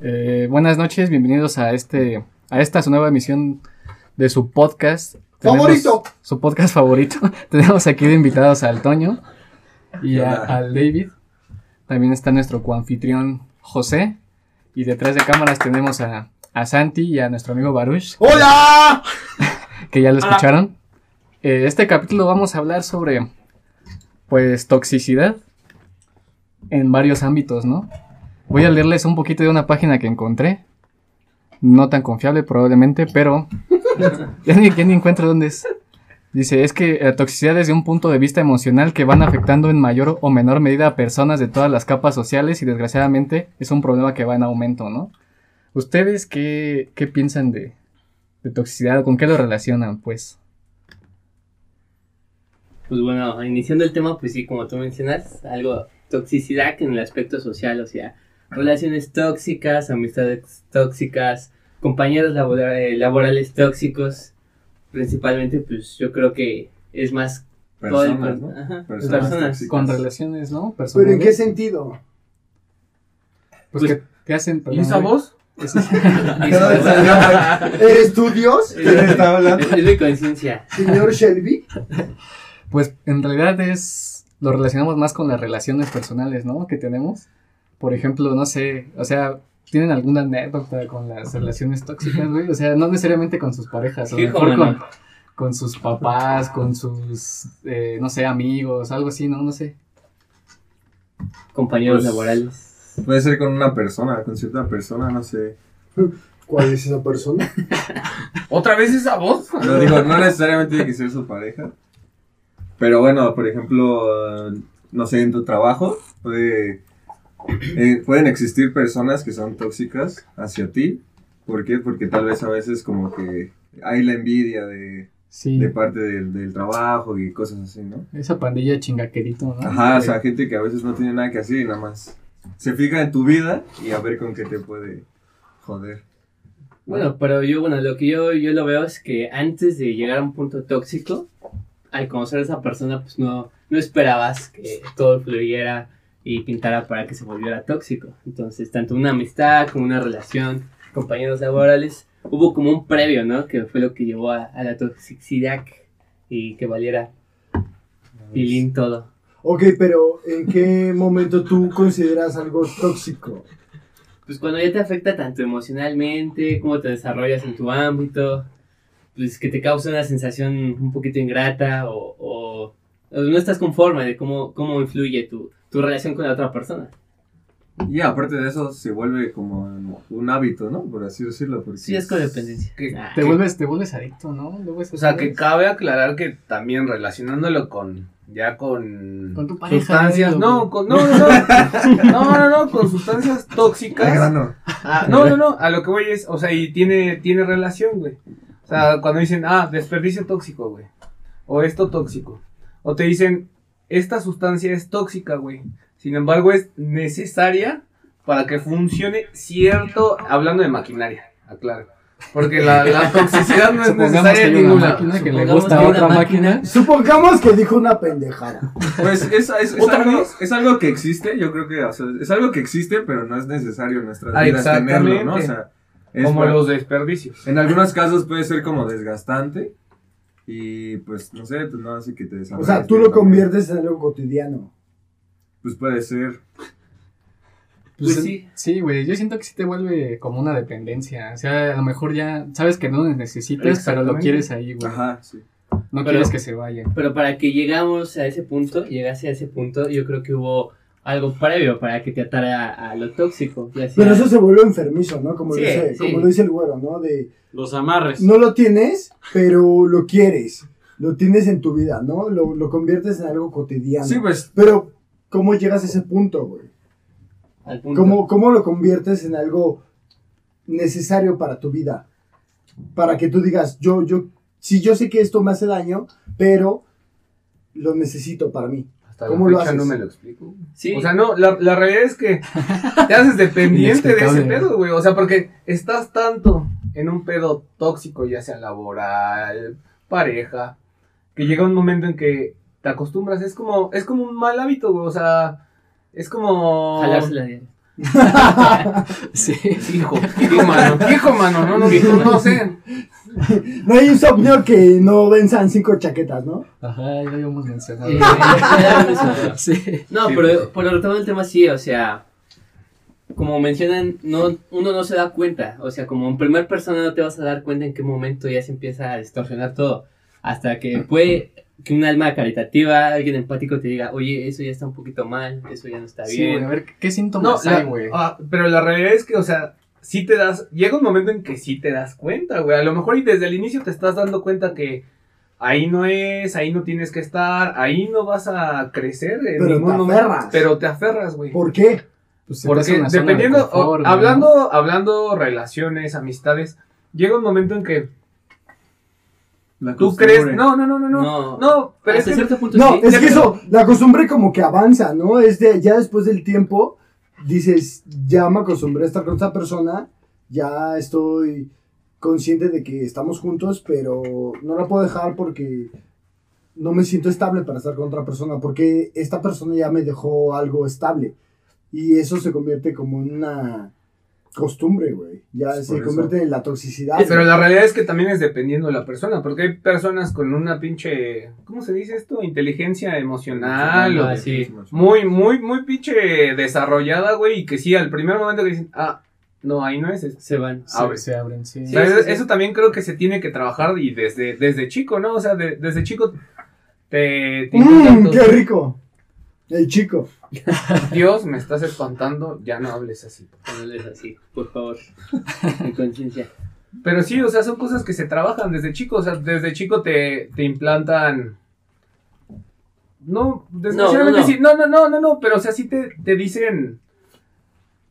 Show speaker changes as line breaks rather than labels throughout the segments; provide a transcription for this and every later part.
Eh, buenas noches, bienvenidos a este, a esta su nueva emisión de su podcast.
Favorito.
Su podcast favorito. Tenemos aquí de invitados al Toño y a-
Hola.
al David. También está nuestro coanfitrión José. Y detrás de cámaras tenemos a, a Santi y a nuestro amigo Baruch,
¡Hola!
que ya lo escucharon. Eh, este capítulo vamos a hablar sobre, pues, toxicidad en varios ámbitos, ¿no? Voy a leerles un poquito de una página que encontré. No tan confiable probablemente, pero ya ni, ya ni encuentro dónde es. Dice, es que la toxicidad desde un punto de vista emocional que van afectando en mayor o menor medida a personas de todas las capas sociales y desgraciadamente es un problema que va en aumento, ¿no? ¿Ustedes qué, qué piensan de, de toxicidad o con qué lo relacionan, pues?
Pues bueno, iniciando el tema, pues sí, como tú mencionas, algo toxicidad en el aspecto social, o sea, relaciones tóxicas, amistades tóxicas, compañeros labora- eh, laborales tóxicos, principalmente, pues yo creo que es más todo el-
Personas, ¿no?
ajá,
Personas
personas.
tóxicas.
Con relaciones, ¿no?
¿Pero
Personales.
en qué sentido?
Pues, que te hacen...
¿Y esa
perdón, güey.
voz?
¿Eres tú Dios,
¿Quién está hablando?
Es es mi conciencia.
señor Shelby?
Pues en realidad es. Lo relacionamos más con las relaciones personales, ¿no? Que tenemos. Por ejemplo, no sé, o sea, ¿tienen alguna anécdota con las relaciones tóxicas, güey? O sea, no necesariamente con sus parejas, a lo
Hijo,
mejor con,
mano.
con sus papás, con sus, eh, no sé, amigos, algo así, ¿no? No sé.
Compañeros
Pues-
laborales.
Puede ser con una persona, con cierta persona, no sé.
¿Cuál es esa persona?
¿Otra vez esa voz?
Lo digo, no necesariamente tiene que ser su pareja. Pero bueno, por ejemplo, eh, no sé, en tu trabajo puede- eh, pueden existir personas que son tóxicas hacia ti. ¿Por qué? Porque tal vez a veces como que hay la envidia de,
Sí.
de parte del, del trabajo y cosas así, ¿no?
Esa pandilla chingaquerito, ¿no?
Ajá, o sea, gente que a veces no tiene nada que hacer y nada más se fija en tu vida y a ver con qué te puede joder.
Bueno, pero yo, bueno, lo que yo, yo lo veo es que antes de llegar a un punto tóxico, al conocer a esa persona, pues no, no esperabas que todo fluyera y pintara para que se volviera tóxico. Entonces, tanto una amistad como una relación, compañeros laborales, hubo como un previo, ¿no? Que fue lo que llevó a, a la toxicidad y que valiera pilín todo.
Ok, pero ¿en qué momento tú consideras algo tóxico?
Pues cuando ya te afecta tanto emocionalmente, cómo te desarrollas en tu ámbito, pues que te causa una sensación un poquito ingrata o, o- o no estás conforme de cómo, cómo influye tu, tu relación con la otra persona.
Y aparte de eso, se vuelve como un hábito, ¿no? Por así decirlo. Porque
Sí, es codependencia.
Que-
Ah,
Te vuelves, te vuelves adicto, ¿no? Luego es-
O sea, que cabe aclarar que también relacionándolo con. Ya con.
Con tu pareja,
Sustancias.
güey.
No, con, no, no, no. No, no, no, con sustancias
Ah,
tóxicas.
grano.
Ah, no, no, no. A lo que voy es. O sea, y tiene, tiene relación, güey. O sea, cuando dicen, ah, desperdicio tóxico, güey. O esto tóxico. O te dicen, esta sustancia es tóxica, güey. Sin embargo, es necesaria para que funcione cierto. Hablando de maquinaria, aclaro. Porque la, la toxicidad no es
Supongamos que
necesaria
hay
en
una
ninguna.
máquina que le
Supongamos
gusta
que
a
hay
otra
una
máquina.
máquina.
Supongamos que dijo una pendejada.
Pues es, es- es
¿Otra
algo,
vez?
es algo que existe, yo creo que, o sea, es algo que existe, pero no es necesario en nuestras
Ah,
vidas tenerlo,
exactamente.
¿no? O sea, es
Como
para-
los desperdicios.
en algunos casos puede ser como desgastante y pues, no sé, pues no hace que te
O
desarrolles.
sea, tú
bien
lo
también.
conviertes en algo cotidiano.
Pues puede ser.
Pues
Pues
sí.
Sí, güey, yo siento que sí te vuelve como una dependencia. O sea, a lo mejor ya sabes que no lo necesitas, pero lo
Exactamente.
quieres ahí, güey.
Ajá, sí.
No
Pero-
quieres que se vaya.
Pero para que llegamos a ese punto, llegase a ese punto, yo creo que hubo algo previo para que te atara a, a lo tóxico. ya sea-
Pero eso se vuelve enfermizo, ¿no? Como,
Sí,
dice,
sí.
como lo dice el güero, ¿no? De
Los amarres.
no lo tienes, pero lo quieres. Lo tienes en tu vida, ¿no? Lo, lo conviertes en algo cotidiano.
Sí, pues
Pero, ¿cómo llegas a ese punto, güey?
al punto.
¿Cómo, ¿Cómo lo conviertes en algo necesario para tu vida? Para que tú digas, yo, yo, sí, yo sé que esto me hace daño, pero lo necesito para mí.
Hasta
¿Cómo
la
lo
fecha
haces?
no me lo explico.
Sí.
O sea, no, la, la realidad es que te haces dependiente de ese
Inexplicable.
pedo, güey. O sea, porque estás tanto en un pedo tóxico, ya sea laboral, pareja, que llega un momento en que te acostumbras. Es como, es como un mal hábito, güey. O sea, es como...
jalársela de-
Sí.
Hijo, hijo, mano. Hijo, mano, no, no, no, no sé.
No hay un somnio que no venzan cinco chaquetas, ¿no?
Ajá, ya habíamos mencionado.
Eh, ya lo mencioné.
Sí.
no,
Sí,
pero por retomando el tema, sí, o sea, como mencionan, no, uno no se da cuenta. O sea, como en primera persona no te vas a dar cuenta en qué momento ya se empieza a distorsionar todo. Hasta que puede que un alma caritativa, alguien empático te diga, oye, eso ya está un poquito mal, eso ya no está
Sí, güey,
bien.
a ver, ¿qué
No,
síntomas
la-
hay, güey?
ah, pero la realidad es que, o sea, sí te das, llega un momento en que sí te das cuenta, güey. A lo mejor y desde el inicio te estás dando cuenta que ahí no es, ahí no tienes que estar, ahí no vas a crecer en
Pero
ningún
te
momento.
aferras.
Pero te aferras, güey.
¿Por qué?
Pues se te hace
Porque
una zona de
dependiendo,
confort,
o-
güey, ¿no?
hablando, hablando relaciones, amistades, llega un momento en que
La
tú
costumbre.
crees, no, no, no, no, no,
No,
no, pero es
hasta
que
cierto punto
No,
sí.
es que
pero-
eso, la costumbre como que avanza, ¿no? Es de, ya después del tiempo, dices, ya me acostumbré a estar con esta persona, ya estoy consciente de que estamos juntos, pero no la puedo dejar porque no me siento estable para estar con otra persona, porque esta persona ya me dejó algo estable. Y eso se convierte como en una costumbre, güey. Ya
Es
se
por eso.
convierte en la toxicidad.
Pero la realidad es que también es dependiendo de la persona, porque hay personas con una pinche, ¿cómo se dice esto? Inteligencia emocional, o
Ah, sí.
muy, muy, muy pinche desarrollada, güey, y que sí, al primer momento que dicen, ah, no, ahí no es. es-
Se van.
Se,
abre.
se abren, sí.
o
Sí.
sea, es- Eso también creo que se tiene que trabajar y desde, desde chico, ¿no? O sea, de- desde chico te... te inculcan
¡Mmm,
tus-
qué rico! El chico.
Dios, me estás espantando, ya no hables así.
No les así, por favor. En conciencia.
Pero sí, o sea, son cosas que se trabajan desde chico. O sea, desde chico te, te implantan. No, desgraciadamente
no, no.
sí. No, no, no, no, no. Pero, o sea, sí te, te dicen.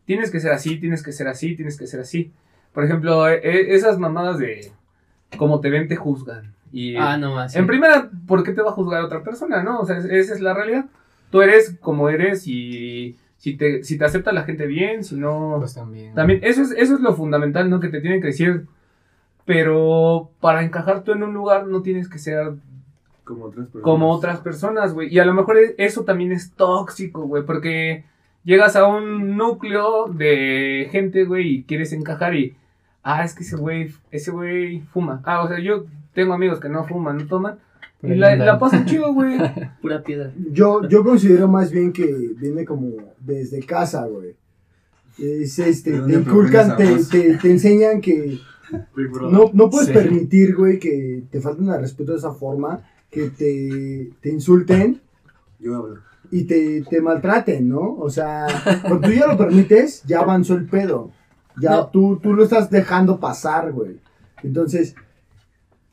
Tienes que ser así, tienes que ser así, tienes que ser así. Por ejemplo, e- e- esas mamadas de. Como te ven, te juzgan. Y
Ah, no más. sí.
en primera, ¿por qué te va a juzgar otra persona? No, o sea, es- esa es la realidad. Tú eres como eres y si te, si te acepta la gente bien, si no.
Pues también.
También, eso es, eso es lo fundamental, ¿no? Que te tienen que decir. Pero para encajar tú en un lugar no tienes que ser
Como otras personas.
como otras personas, güey. Y a lo mejor e- eso también es tóxico, güey. Porque llegas a un núcleo de gente, güey, y quieres encajar y... Ah, es que ese güey, ese güey fuma. Ah, o sea, yo tengo amigos que no fuman, no toman.
Pero
Y
ahí
la,
andan.
la pasan chido, güey.
Pura piedra.
Yo, yo considero más bien que viene como desde casa, güey. Es
¿De
este, te
dónde
inculcan, te,
proviene esa
te, te enseñan que
Big Brother.
no, no puedes
Sí.
permitir, güey, que te falten al respeto de esa forma, que te, te insulten
Yo hablo.
y te, te maltraten, ¿no? O sea, cuando tú ya lo permites, ya avanzó el pedo. Ya
No.
tú, tú lo estás dejando pasar, güey. Entonces,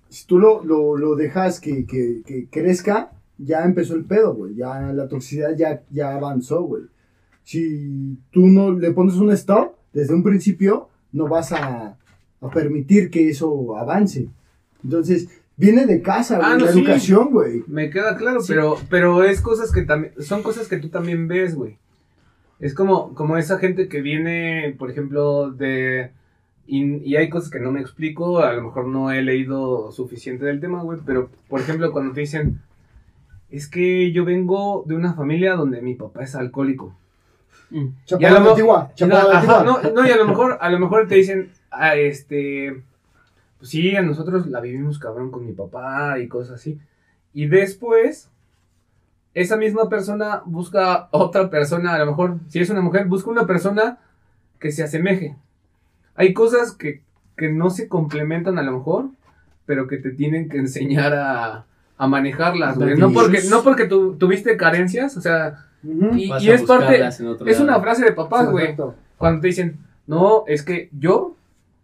si tú lo, lo, lo dejas que, que, que crezca, ya empezó el pedo, güey. Ya la toxicidad ya, ya avanzó, güey. Si tú no le pones un stop desde un principio, no vas a, a permitir que eso avance. Entonces, viene de casa, güey.
Ah, no,
la
sí.
educación, güey.
Me queda claro, pero, pero es cosas que también, son cosas que tú también ves, güey. Es como, como esa gente que viene, por ejemplo, de... Y, y hay cosas que no me explico, a lo mejor no he leído suficiente del tema, güey, pero, por ejemplo, cuando te dicen, es que yo vengo de una familia donde mi papá es alcohólico.
Mm.
Y a lo
Chapada
mo-
la antigua,
Y no,
chapada la
ajá,
antigua.
no, no, y a lo mejor, a lo mejor te dicen, ah, este, pues sí, a nosotros la vivimos cabrón con mi papá y cosas así. Y después, esa misma persona busca otra persona, a lo mejor, si es una mujer, busca una persona que se asemeje. Hay cosas que, que no se complementan a lo mejor, pero que te tienen que enseñar a, a manejarlas, güey. No porque, no porque tu- tuviste carencias, o sea,
Ujú.
y,
Vas
y
a
es parte,
buscarlas en otro
es una
lado.
frase de papás,
Sí,
güey
exacto.
cuando te dicen, no, es que yo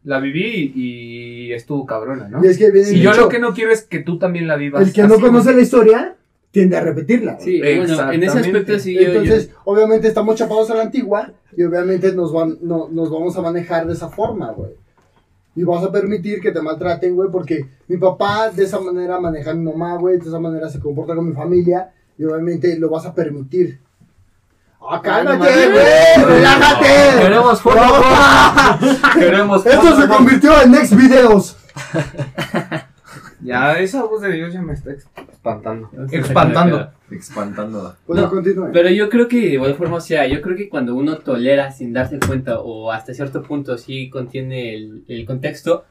la viví y estuvo cabrona, ¿no?
Y es que viene
Y yo
dicho,
lo que no quiero es que tú también la vivas.
el que no
así,
conoce
güey.
la historia tiende a repetirla.
Sí, bueno, en ese
Exactamente.
aspecto sí yo- yo.
Entonces, obviamente estamos chapados a la antigua y obviamente nos, van, no- nos vamos a manejar de esa forma, güey. Y vas a permitir que te maltraten, güey, porque mi papá de esa manera maneja a mi mamá, güey, de esa manera se comporta con mi familia y obviamente lo vas a permitir. ¡Ah, cálmate,
mames.
güey! ¡Relájate!
Queremos foto.
¡Ah!
Queremos.
Esto se convirtió en next videos.
Ya, esa voz de Dios ya me está espantando.
Entonces,
Espantando.
Expantándola.
Bueno,
No,
continúe.
Pero yo creo que de igual forma, o sea, yo creo que cuando uno tolera sin darse cuenta o hasta cierto punto sí contiene el, el contexto,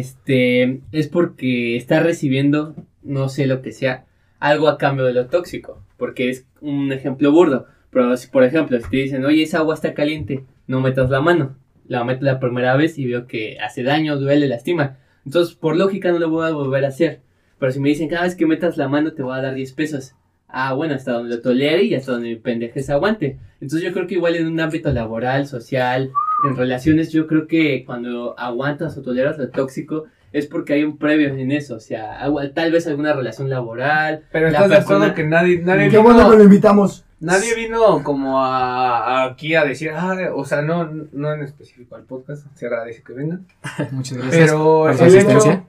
este, es porque está recibiendo, no sé lo que sea, algo a cambio de lo tóxico, porque es un ejemplo burdo. Pero si, por ejemplo, si te dicen, oye, esa agua está caliente, no metas la mano. La meto la primera vez y veo que hace daño, duele, lastima. Entonces, por lógica, no lo voy a volver a hacer. Pero si me dicen, cada vez que metas la mano te voy a dar 10 pesos. Ah, bueno, hasta donde lo tolere y hasta donde mi pendejez aguante. Entonces yo creo que igual en un ámbito laboral, social, en relaciones, yo creo que cuando aguantas o toleras lo tóxico es porque hay un previo en eso. O sea, agua- tal vez alguna relación laboral.
Pero
La
estás de acuerdo
persona-
que nadie, nadie
Qué bueno que lo invitamos.
Nadie vino como a, a aquí a decir, ah, o sea, no, no en específico al podcast, se agradece que vengan.
Muchas gracias
Pero
por su
el hecho,
asistencia.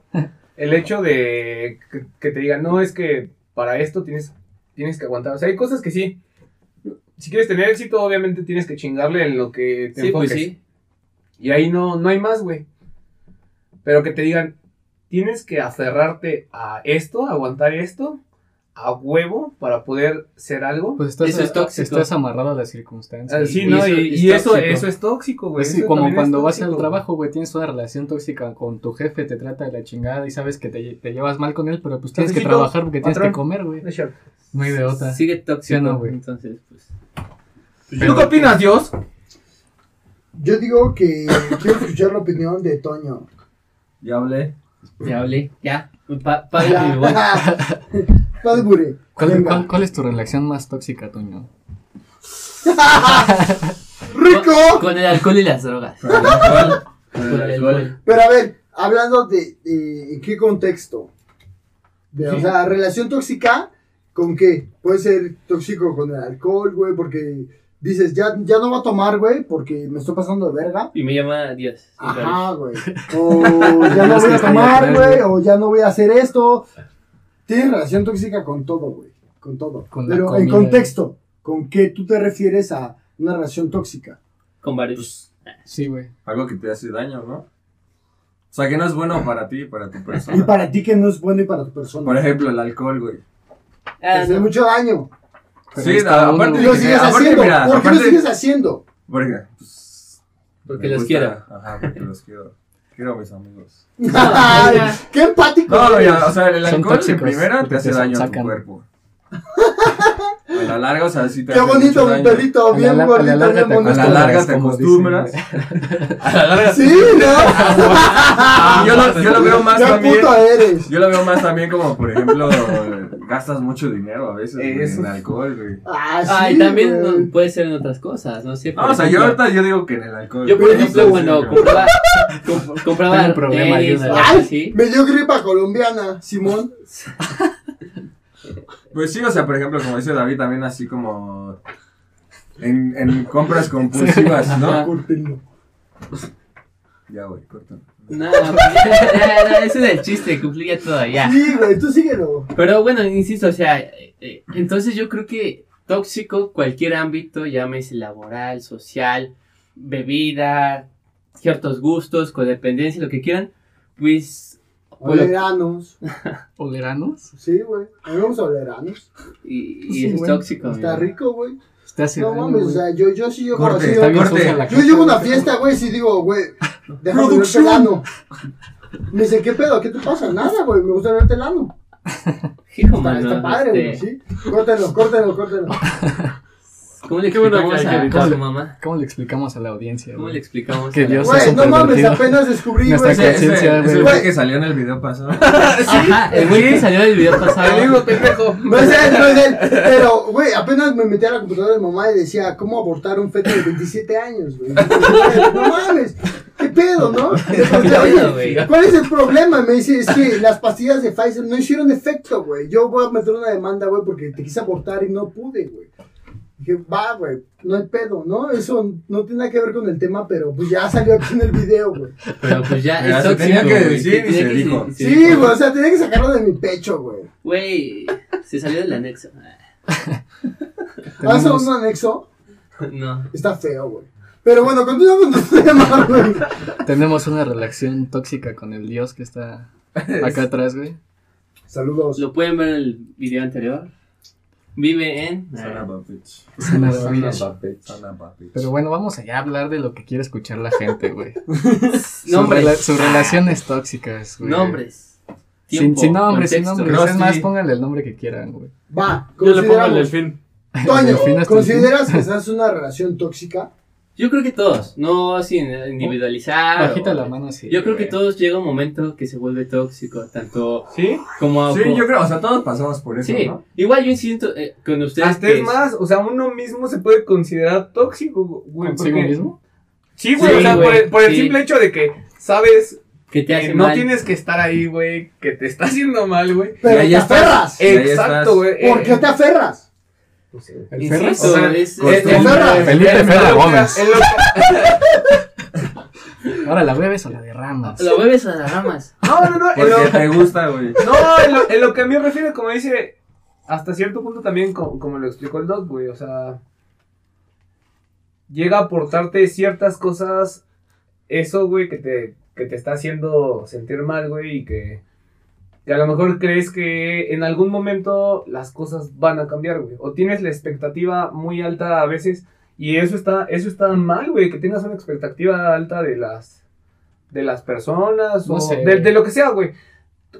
el hecho de que, que te digan, no, es que para esto tienes, tienes que aguantar. O sea, hay cosas que sí. Si quieres tener éxito, obviamente tienes que chingarle en lo que te
Sí,
enfoques.
pues sí.
Y ahí no, no hay más, güey. Pero que te digan, tienes que aferrarte a esto, aguantar esto, a huevo, para poder ser algo.
Pues estás,
Eso es tóxico.
estás amarrado a las circunstancias.
Ah, sí,
y
¿no?
eso
Y,
es
y eso,
tóxico.
eso es tóxico, güey.
Es
Eso
como
también es
cuando vas al
tóxico,
trabajo, güey, tienes una relación tóxica con tu jefe, te trata de la chingada y sabes que te, te llevas mal con él, pero pues tienes que
Cafecito,
trabajar porque tienes que
patrón.
comer, güey.
güey. De short.
No hay de otra.
Sigue tóxico,
Sí, no, güey.
entonces, pues.
¿Tú qué opinas, Dios?
Yo digo que quiero escuchar la opinión de Toño.
Ya hablé.
Ya hablé, ya. Pa, pa- me voy.
Padre Bure.
¿Cuál,
venga.
cuál, cuál es tu relación más tóxica, Toño?
¡Rico!
Con el alcohol y las drogas.
Con el alcohol. Con
Con
el alcohol.
Pero a ver, hablando de, de- en qué contexto. De, O
Sí.
sea, relación tóxica, ¿con qué? Puede ser tóxico con el alcohol, güey, porque dices, ya, ya no va a tomar, güey, porque me estoy pasando de verga.
Y me llama Dios. sí, claro.
Ajá, güey. O ya no
Es que
voy a
está
tomar,
atrás,
güey,
güey.
o ya no voy a hacer esto. Tiene relación tóxica con todo, güey, con todo.
Con la
Pero en
comida,
contexto, ¿con qué tú te refieres a una relación tóxica?
Con varios.
Pues,
Sí, güey.
algo que te hace daño, ¿no? O sea, que no es bueno para ti y para tu
Y
persona.
para ti que no es bueno y para tu
Por
persona.
ejemplo, el alcohol, güey.
Te
Ah,
hace
no.
mucho daño.
Pero
Sí,
está
no,
uno,
aparte
Y
güey.
lo
Sí,
sigues
aparte,
haciendo.
mira,
¿Por qué lo
aparte-
sigues haciendo?
Porque, pues,
Porque
me
los
gusta-
quiero.
Ajá, porque los quiero. Quiero a mis amigos.
Ay, ¡Qué empático!
No,
eres.
ya, o sea, el
Son
alcohol en
tóxicos,
primera te
porque
hace
te
daño a tu
sacan.
cuerpo. A la larga, o sea, sí te
¡Qué
hace
bonito
mucho
un
daño.
perrito!
A la
Bien
la- a la
bonito,
larga
bien
te
bonito.
A la larga te
como dicen, güey.
acostumbras. A la larga.
Sí, ¿no? Ah,
Y yo,
pues,
lo, yo lo veo más
¡Qué
también.
puto eres!
Yo lo veo más también como, por ejemplo, gastas mucho dinero a veces güey,
Eso.
en alcohol, güey.
Ah, sí,
Ah, y también
güey.
no, puede ser en otras cosas, no sé. por
No, o sea, yo
ejemplo,
ahorita yo digo que en el alcohol.
yo, por
güey,
ejemplo,
sí,
cuando
sí, güey.
compraba, comp- compraba
Tengo un problema,
tenis o
ayuda.
algo
¡Ay!
así,
Me dio gripa colombiana, Simón.
Pues sí, o sea, por ejemplo, como dice David, también así como en, en compras compulsivas,
Ajá.
¿no?
Córtenlo.
Ya, güey, corta.
No, pues, no, no, ese es el chiste, cumplí ya todo, ya.
Sí, güey, tú síguelo.
Pero bueno, insisto, o sea, eh, eh, entonces yo creo que tóxico, cualquier ámbito, llámese laboral, social, bebida, ciertos gustos, codependencia, lo que quieran, pues. bueno,
Oleranos.
¿Oleranos?
Sí, güey. A mí me gusta oleranos.
y, y
Sí,
es
güey,
tóxico.
Está
amigo.
rico, güey.
Te hace
No
daño,
mames, o
güey.
sea, yo, yo sí llego
Corte,
así.
Está bien
Corte.
sucia la
Yo
casa,
llego a una
güey.
fiesta, güey, sí digo, güey, déjame verte
Producción.
el ano. Me dicen, ¿qué pedo? ¿Qué te pasa? Nada, güey, me gusta verte el ano.
Hijo,
Está,
mano,
está padre, güey,
este,
sí. Córtelo, córtelo, córtelo.
¿Cómo le
Qué buena
explicamos a,
caricatura.
a su mamá?
¿Cómo le explicamos a la audiencia?
¿Cómo
güey?
le explicamos?
Que
a la-
Dios- Yo soy
Güey, no
súper
mames,
divertido.
apenas descubrí,
Nuestra
güey.
Ese, ese,
Conciencia,
ese
güey.
güey que salió en el video pasado.
Ajá, el güey que salió del video pasado.
El mismo pendejo.
No es él, no es él. Pero, güey, apenas me metí a la computadora de mamá y decía, ¿cómo abortar un feto de 27 años, güey? No mames, ¿qué pedo, no? Le pregunté, Oye, ¿cuál es el problema? Me dice, es que las pastillas de Pfizer no hicieron efecto, güey. Yo voy a meter una demanda, güey, porque te quise abortar y no pude, güey. Dije, va, güey, no hay pedo, ¿no? Eso no tiene nada que ver con el tema, pero pues ya salió aquí en el video, güey.
Pero pues ya,
Mira,
es
se
tóxico.
tenía que
güey,
decir y
tenía
se
que-
dijo.
se
Sí,
dijo.
güey, o sea, tenía que sacarlo de mi pecho, güey.
Güey, se salió del anexo.
¿Vas a
Tenemos-
un anexo?
No.
Está feo, güey. Pero bueno, continuamos con tu tema, güey.
Tenemos una relación tóxica con el Dios que está acá atrás, güey.
Saludos.
Lo pueden ver en el video anterior. Vive en.
Son a bad bitch.
Son a bad
Son a
bitch.
bad bitch. Son a bad bitch.
Pero bueno, vamos allá a hablar de lo que quiere escuchar la gente, güey. Sus rela-
nombres.
sus relaciones tóxicas, güey.
Nombres.
Sin,
Tiempo,
sin nombres, sin
contexto.
nombres. Es
Rusty.
más, pónganle el nombre que quieran, güey.
Va,
Yo le pongo el
consideramos.
delfín.
Del fin
Toño,
hasta el
¿consideras que estás en una relación tóxica?
Yo creo que todos. No sin individualizar.
Bajita
o-
la mano así.
Yo creo que
güey.
todos llega un momento que se vuelve tóxico, tanto
¿Sí?
como
Sí, yo creo, o sea, todos pasamos por eso,
Sí,
¿no?
igual yo siento eh, con ustedes.
Hasta
que
es más, o sea, uno mismo se puede considerar tóxico, güey.
¿Consigo
porque-
mismo?
Sí, güey,
Sí,
o sea, por
güey,
el, por el
sí.
simple hecho de que sabes
Que te hace
que eh, no
mal.
tienes que estar ahí, güey, que te está haciendo mal, güey.
Pero
ahí
te
estás.
aferras.
Eh, ahí estás.
Exacto, güey. eh,
¿Por qué te aferras?
no sé.
¿El
Insisto,
Ferras?
O sea,
es-
eh,
costumbre.
en la-
Felipe
en la
Ferra
locura-
Gómez.
en la-
Ahora la bebes o la derramas.
Lo bebes a las ramas.
No, no, no. en
Porque
lo-
te gusta, güey.
No, en lo, en lo que a mí me refiero, como dice, hasta cierto punto también, co- como, lo explicó el Doc, güey, o sea, llega a aportarte ciertas cosas, eso, güey, que te, que te está haciendo sentir mal, güey, y que, que a lo mejor crees que en algún momento las cosas van a cambiar, güey, o tienes la expectativa muy alta a veces, y eso está, eso está mal, güey, que tengas una expectativa alta de las, de las personas,
No
o
sé.
de, de lo que sea, güey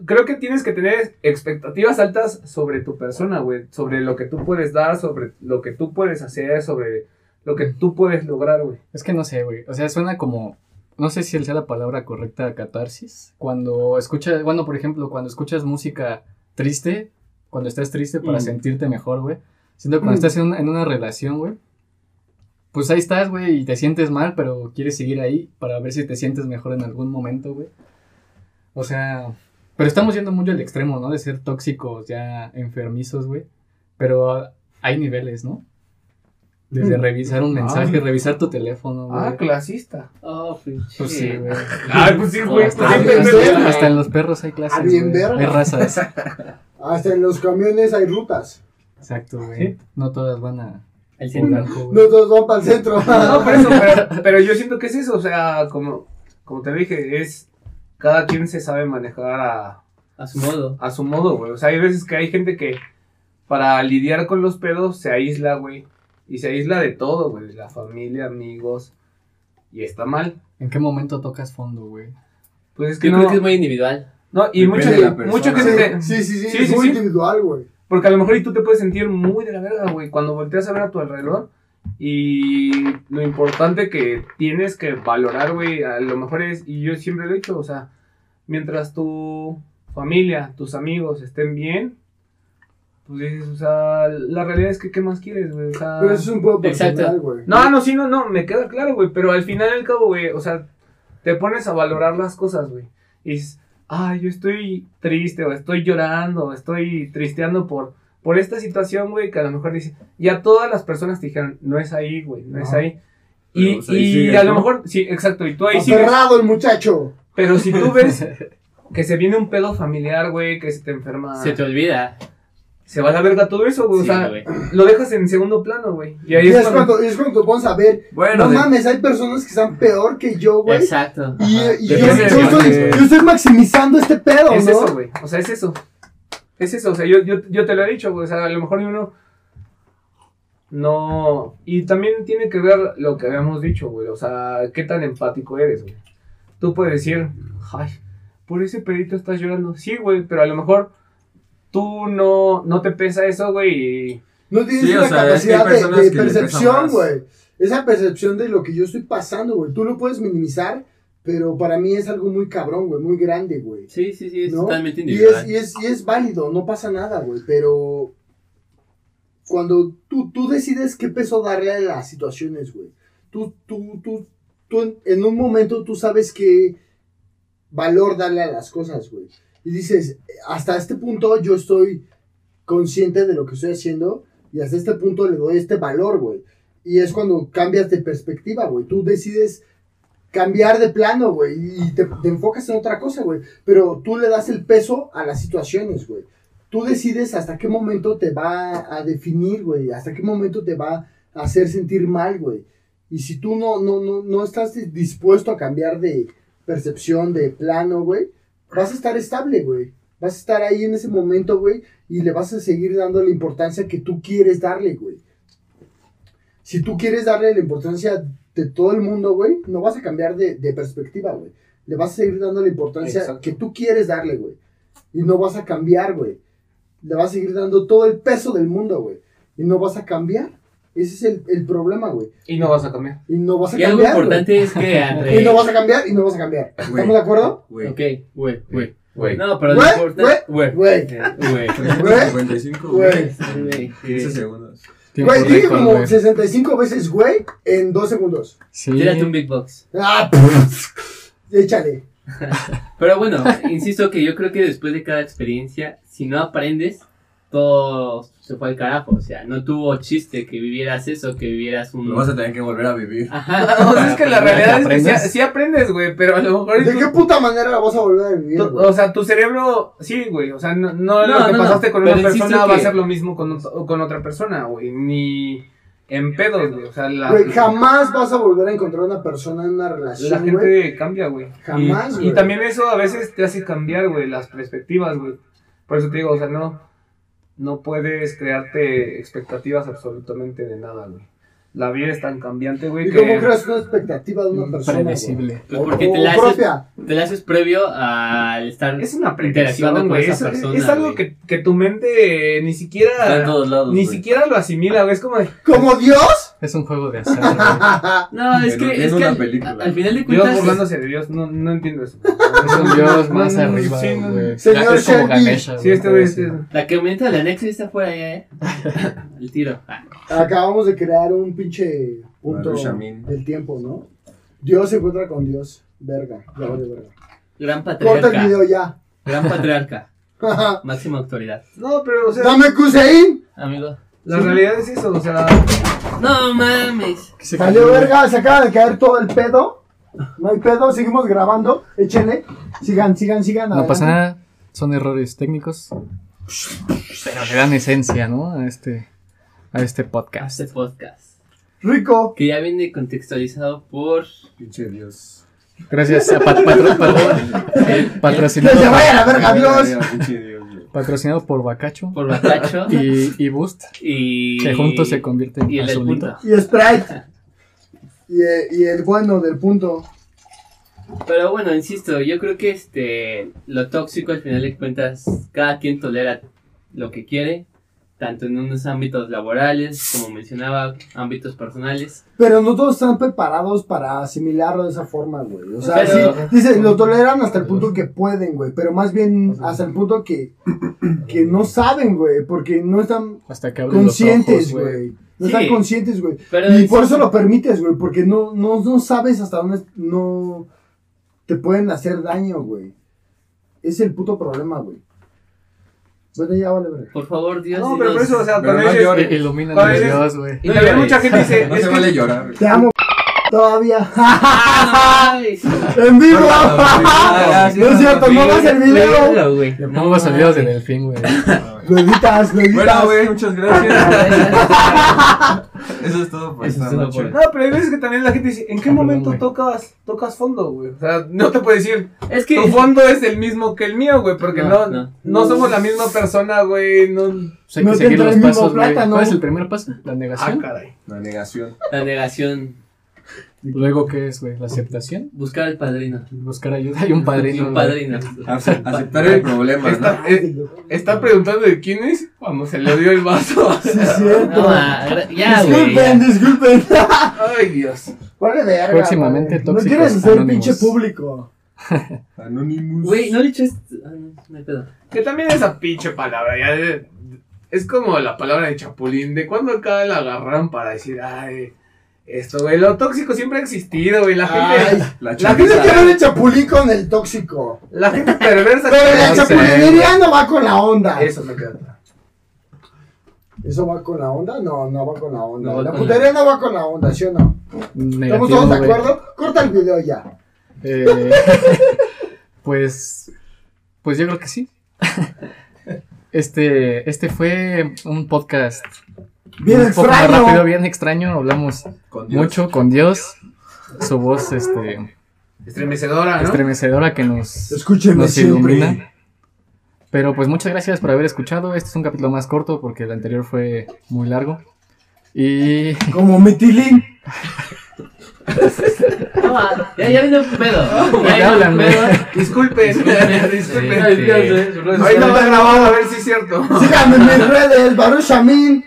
creo que tienes que tener expectativas altas sobre tu persona, güey. Sobre lo que tú puedes dar, sobre lo que tú puedes hacer, sobre lo que tú puedes lograr, güey.
Es que no sé, güey. O sea, suena como. No sé si él sea la palabra correcta catarsis. Cuando escuchas. Bueno, por ejemplo, cuando escuchas música triste. Cuando estás triste para
Mm.
sentirte mejor, güey. Siento que cuando
Mm.
estás en, en una relación, güey. Pues ahí estás, güey, y te sientes mal, pero quieres seguir ahí para ver si te sientes mejor en algún momento, güey. O sea. Pero estamos yendo mucho al extremo, ¿no? De ser tóxicos, ya enfermizos, güey. Pero ah, hay niveles, ¿no? Desde
Mm.
revisar un
Ah.
mensaje, revisar tu teléfono, güey.
Ah,
clasista.
Oh, pinche.
Pues sí, güey.
Ah, pues sí, güey.
Ah,
Hasta,
pues sí,
bien
hasta-
pendejo.
verga.
hasta en los perros hay clases.
Ah, bien
güey.
verga.
Hay razas.
Hasta en los camiones hay rutas.
Exacto, güey. No todas van a.
El
por
centro.
blanco, güey.
No todos van para el centro.
No, por eso, pero, pero yo siento que es eso, o sea, como, como te dije, es cada quien se sabe manejar a,
A su modo.
a su modo, güey. O sea, hay veces que hay gente que para lidiar con los pedos se aísla, güey. Y se aísla de todo, güey. de La familia, amigos. Y está mal.
¿En qué momento tocas fondo, güey?
Pues es que
Yo
no.
creo que es muy individual.
No, y mucho,
Depende de la persona.
mucho que se te-
Sí, sí, sí,
Sí,
es
sí,
muy
sí.
individual, güey.
Porque a lo mejor y tú te puedes sentir muy de la verga, güey, cuando volteas a ver a tu alrededor. Y lo importante que tienes que valorar, güey, a lo mejor es, y yo siempre lo he dicho, o sea, mientras tu familia, tus amigos estén bien, pues dices, o sea, la realidad es que ¿qué más quieres, güey? O sea,
Pero eso es un poco
Exacto.
personal, güey.
Ah, No, no, sí, no, no, me queda claro, güey. Pero al final y al cabo, güey, o sea, te pones a valorar las cosas, güey. Y dices, ay, yo estoy triste, o estoy llorando, o estoy tristeando por, por esta situación, güey, que a lo mejor dices, ya todas las personas te dijeron, no es ahí, güey, no, es
No.
ahí.
Pero,
Y,
o sea, ahí
y
sigues,
a lo
¿no?
mejor, sí, exacto, y tú ahí sigues.
Aferrado el muchacho.
Pero si tú ves que se viene un pedo familiar, güey, que se te enferma,
Ah.
Se
se,
te olvida.
va a la verga todo eso, güey.
Sí,
o sea,
güey.
lo dejas en segundo plano, güey. Y ahí
Y
es
es
cuando...
cuando, es cuando te pones a ver.
Bueno,
No
de-
mames, hay personas que están peor que yo, güey.
Exacto.
Y, y yo,
Depende
yo
de-
estoy, yo estoy maximizando este pedo,
Es
¿no?
eso, güey. O sea, es eso. Es eso. O sea, yo, yo, yo te lo he dicho, güey. O sea, a lo mejor uno. No. Y también tiene que ver lo que habíamos dicho, güey. O sea, qué tan empático eres, güey. Tú puedes decir, ay, por ese pedito estás llorando. Sí, güey, pero a lo mejor tú no, no te pesa eso, güey. y-
No tienes
Sí, o
una
sea, es que hay
capacidad de-
personas
de,
que le pesa
percepción,
más.
güey. Esa percepción de lo que yo estoy pasando, güey. Tú lo puedes minimizar, pero para mí es algo muy cabrón, güey. Muy grande, güey.
Sí, sí, sí, es
¿no?
totalmente
y, es,
individual.
y, es, y es válido, no pasa nada, güey. Pero cuando tú, tú decides qué peso darle a las situaciones, güey. Tú, tú, tú, tú en, en un momento tú sabes qué valor darle a las cosas, güey. Y dices, hasta este punto yo estoy consciente de lo que estoy haciendo y hasta este punto le doy este valor, güey. Y es cuando cambias de perspectiva, güey. Tú decides cambiar de plano, güey. Y te, te enfocas en otra cosa, güey. Pero tú le das el peso a las situaciones, güey. Tú decides hasta qué momento te va a definir, güey. Hasta qué momento te va a hacer sentir mal, güey. Y si tú no, no, no, no estás di- dispuesto a cambiar de percepción, de plano, güey, vas a estar estable, güey. Vas a estar ahí en ese momento, güey, y le vas a seguir dando la importancia que tú quieres darle, güey. Si tú quieres darle la importancia de todo el mundo, güey, no vas a cambiar de, de perspectiva, güey. Le vas a seguir dando la importancia
Exacto.
que tú quieres darle, güey. Y no vas a cambiar, güey. Le vas a seguir dando todo el peso del mundo, güey. Y no vas a cambiar. Ese es el, el problema, güey.
Y no vas a cambiar.
Y no vas a
Y algo
cambiar. güey.
importante eh, es que
Y
André.
no vas a cambiar y no vas a cambiar.
Güey.
¿Estamos de acuerdo?
Güey.
Ok, güey, güey.
Güey.
No, pero lo
Güey,
importante. Güey,
Güey.
güey.
355,
Güey.
güey.
Güey.
15 segundos.
Tiempo
Güey, dije
récord,
como
güey.
65 veces güey en dos segundos.
Sí.
Tírate un big box.
Ah, pff, échale.
Pero bueno, insisto que yo creo que después de cada experiencia, si no aprendes, todo se fue al carajo. O sea, no tuvo chiste que vivieras eso, que vivieras un.
Lo vas a tener que volver a vivir.
Ajá.
O sea, es que la
Para
realidad es que sí,
aprendes.
sí aprendes, güey, pero a lo mejor... es
¿De
tu-
qué puta manera la vas a volver a vivir,
tu-
güey?
o sea, tu cerebro, sí, güey, o sea, no, no,
No,
lo que
no,
pasaste
no,
con
pero
una
insisto
persona va a
que-
ser lo mismo con, ot- con otra persona, güey, ni en pedos, güey, o sea, la,
Güey, jamás vas a volver a encontrar una persona en una relación,
la gente
güey.
cambia, güey. Y-
Jamás,
Y,
güey.
también eso a veces te hace cambiar, güey, las perspectivas, güey. Por eso te digo, o sea, no, no puedes crearte expectativas absolutamente de nada, güey. La vida es tan cambiante, güey,
¿Y
que...
cómo creas una expectativa de una persona, güey?
Mm, Predecible.
Pues porque
O-
te
o
la haces,
propia.
te la haces previo al estar.
Es una
Interactuando
predicción,
con
güey.
esa
Es,
persona,
es algo
güey.
que, que tu mente eh,
Está
ni
en
siquiera.
todos lados.
Ni
güey.
siquiera lo asimila, güey. Es como de.
¿Como Dios?
Es un juego de azar, güey.
No, es
Pero
que.
es
Es que
una
al,
película.
a- al final de
Dios
cuentas.
burlándose de Dios. No, no entiendo eso.
Es un dios más
Mm,
arriba,
sí, no.
güey.
Señor
es como
Shelby.
Ganesha,
Sí,
güey,
este
algo
güey.
así,
este-
¿no?
La que aumenta la Nexus está fuera allá, eh. El tiro. Ah.
Acabamos de crear un pinche punto
Baruch Amin.
del tiempo, ¿no? Dios se encuentra con Dios. Verga, ya vale, verga.
Gran
Corta el
patriarca.
video ya.
Gran patriarca. Máxima autoridad.
No, pero, o sea,
Dame Kusein.
Amigo.
la realidad es eso. O sea,
No mames.
Que se
Salió
cayó.
verga, se acaba de caer todo el pedo. No hay pedo, seguimos grabando. Échenle. Sigan, sigan, sigan.
No
adelante.
pasa nada, son errores técnicos. Pero le dan esencia, ¿no? A este, a este podcast.
Este podcast.
Rico.
Que ya viene contextualizado por.
Pinche Dios.
Gracias a pat- patro- patro- eh,
Que se
patrocinado,
vaya a la verga, Dios.
Pinche Dios, güey.
patrocinado por Bacacho
Por Bacacho.
y, y Boost,
y.
que juntos se convierten
Y
en
el del
azulito.
punto.
Y Sprite. Y, eh, y el bueno del punto.
Pero bueno, insisto, yo creo que este lo tóxico al final de cuentas, cada quien tolera lo que quiere, tanto en unos ámbitos laborales, como mencionaba, ámbitos personales.
Pero no todos están preparados para asimilarlo de esa forma, güey. O sea,
Pero-
sí, dicen, lo toleran hasta el punto que pueden, güey. Pero más bien hasta el punto que, que no saben, güey. Porque no están
Hasta que abren los
conscientes,
ojos, güey.
güey. No
Sí.
están conscientes, güey.
Pero
Y
es-
por eso lo permites, güey, porque no, no, no sabes hasta dónde no te pueden hacer daño, güey. Es el puto problema, güey. Bueno, ya vale, verga.
por favor, Dios.
no, pero por
dinos-
eso, o sea,
Pero
cuando
no
dices.
llores.
I- Ilumina
¿Cuál
a
es?
Dios, güey.
Y también mucha gente dice.
No
es
se
que-
vale llorar. güey.
Te amo, todavía.
Ay,
¡En vivo!
Perdón, güey.
no es cierto, no vas el video.
léelo, güey.
Le pongo sonidos de delfín, güey.
Lo editas, lo editas.
Bueno, güey, muchas gracias. Eso es todo por
Eso es
esta
todo
noche.
por-
No, pero hay veces que también la gente dice, ¿en qué
Cabrón,
momento
güey.
tocas, tocas fondo, güey? O sea, no te puedes decir,
Es que
tu fondo es el mismo que el mío, güey, porque
No,
no,
no.
no, somos la misma persona, güey, no...
Pues hay que
No te
seguir
entra
los
el mismo
pasos, güey.
plátano.
¿Cuál es el primer paso? La
Ah,
negación.
caray.
La negación.
la negación,
Luego, ¿qué es, güey? La aceptación.
buscar al padrino.
Buscar ayuda y un
Y
padrino.
un
güey.
padrino.
Ace- Aceptar el problema, ¿no?
Está, eh, está preguntando de quién es cuando se le dio el vaso.
Sí, es
No,
cierto.
ah, ya, güey.
disculpen,
ya.
disculpen.
Ay, Dios.
Vale, verga.
Próximamente
güey. No
Tóxicos
quieres ser
Anónimos.
pinche público.
Anonymous.
Güey, no le eches. ah, no, no hay pedo.
Que también esa pinche palabra, ya de- es como la palabra de Chapulín, ¿de cuándo acá la agarraron para decir, ay, esto, güey, lo tóxico siempre ha existido, güey, la gente...
Ay, la
La
gente
chaviza.
quiere ver el chapulín con el tóxico.
La gente perversa...
Pero la
No sé.
chapulinería no va con la onda.
Eso me queda claro.
¿Eso va con la onda? No, no va con la onda.
No va
la
con
putería no va con la onda, ¿sí o no?
Negativo,
¿Estamos todos de
güey.
acuerdo? Corta el video ya.
Eh, pues, pues yo creo que sí. Este, este fue un podcast
Bien
un poco más
extraño.
rápido, bien extraño. Hablamos
Con Dios.
mucho con Dios. Su voz este,
Estremecedora, Ah, ¿no?
estremecedora que nos,
Escúchenme
nos
siempre.
ilumina. Pero pues muchas gracias por haber escuchado. Este es un capítulo más corto porque el anterior fue muy largo. Y
Como mi tilín.
No, va, ya, ya viene el pedo.
Ya hablan, güey.
Disculpen, disculpen.
Sí, sí.
Ahorita está grabado, a ver si es cierto.
Síganme en mis redes, Baruch Amin.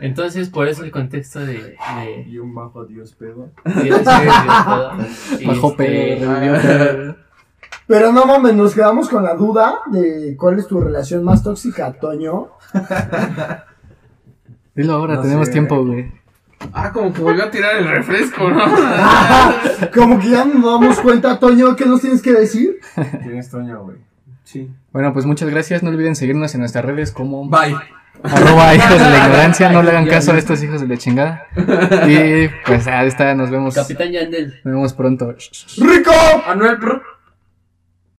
Entonces, por eso el contexto de. de-
Y un bajo Dios pedo.
de- de- de- de-
Bajo
este,
P,
ah,
revivió otra vez.
Pero no mames, nos quedamos con la duda de cuál es tu relación más tóxica, Toño.
Dilo ahora,
No
tenemos
sé.
tiempo, güey.
Ah, como que volvió a tirar el refresco, ¿no?
Como que ya nos damos cuenta, Toño, ¿qué nos tienes que decir?
¿Quién es Toño, güey?
Sí.
Bueno, pues muchas gracias. No olviden seguirnos en nuestras redes como
Bye.
arroba hijos de la ignorancia. No le hagan caso a estos hijos de la chingada. Y pues ahí está, nos vemos.
Capitán Yandel.
Nos vemos pronto.
¡Rico!
Anuel. prr.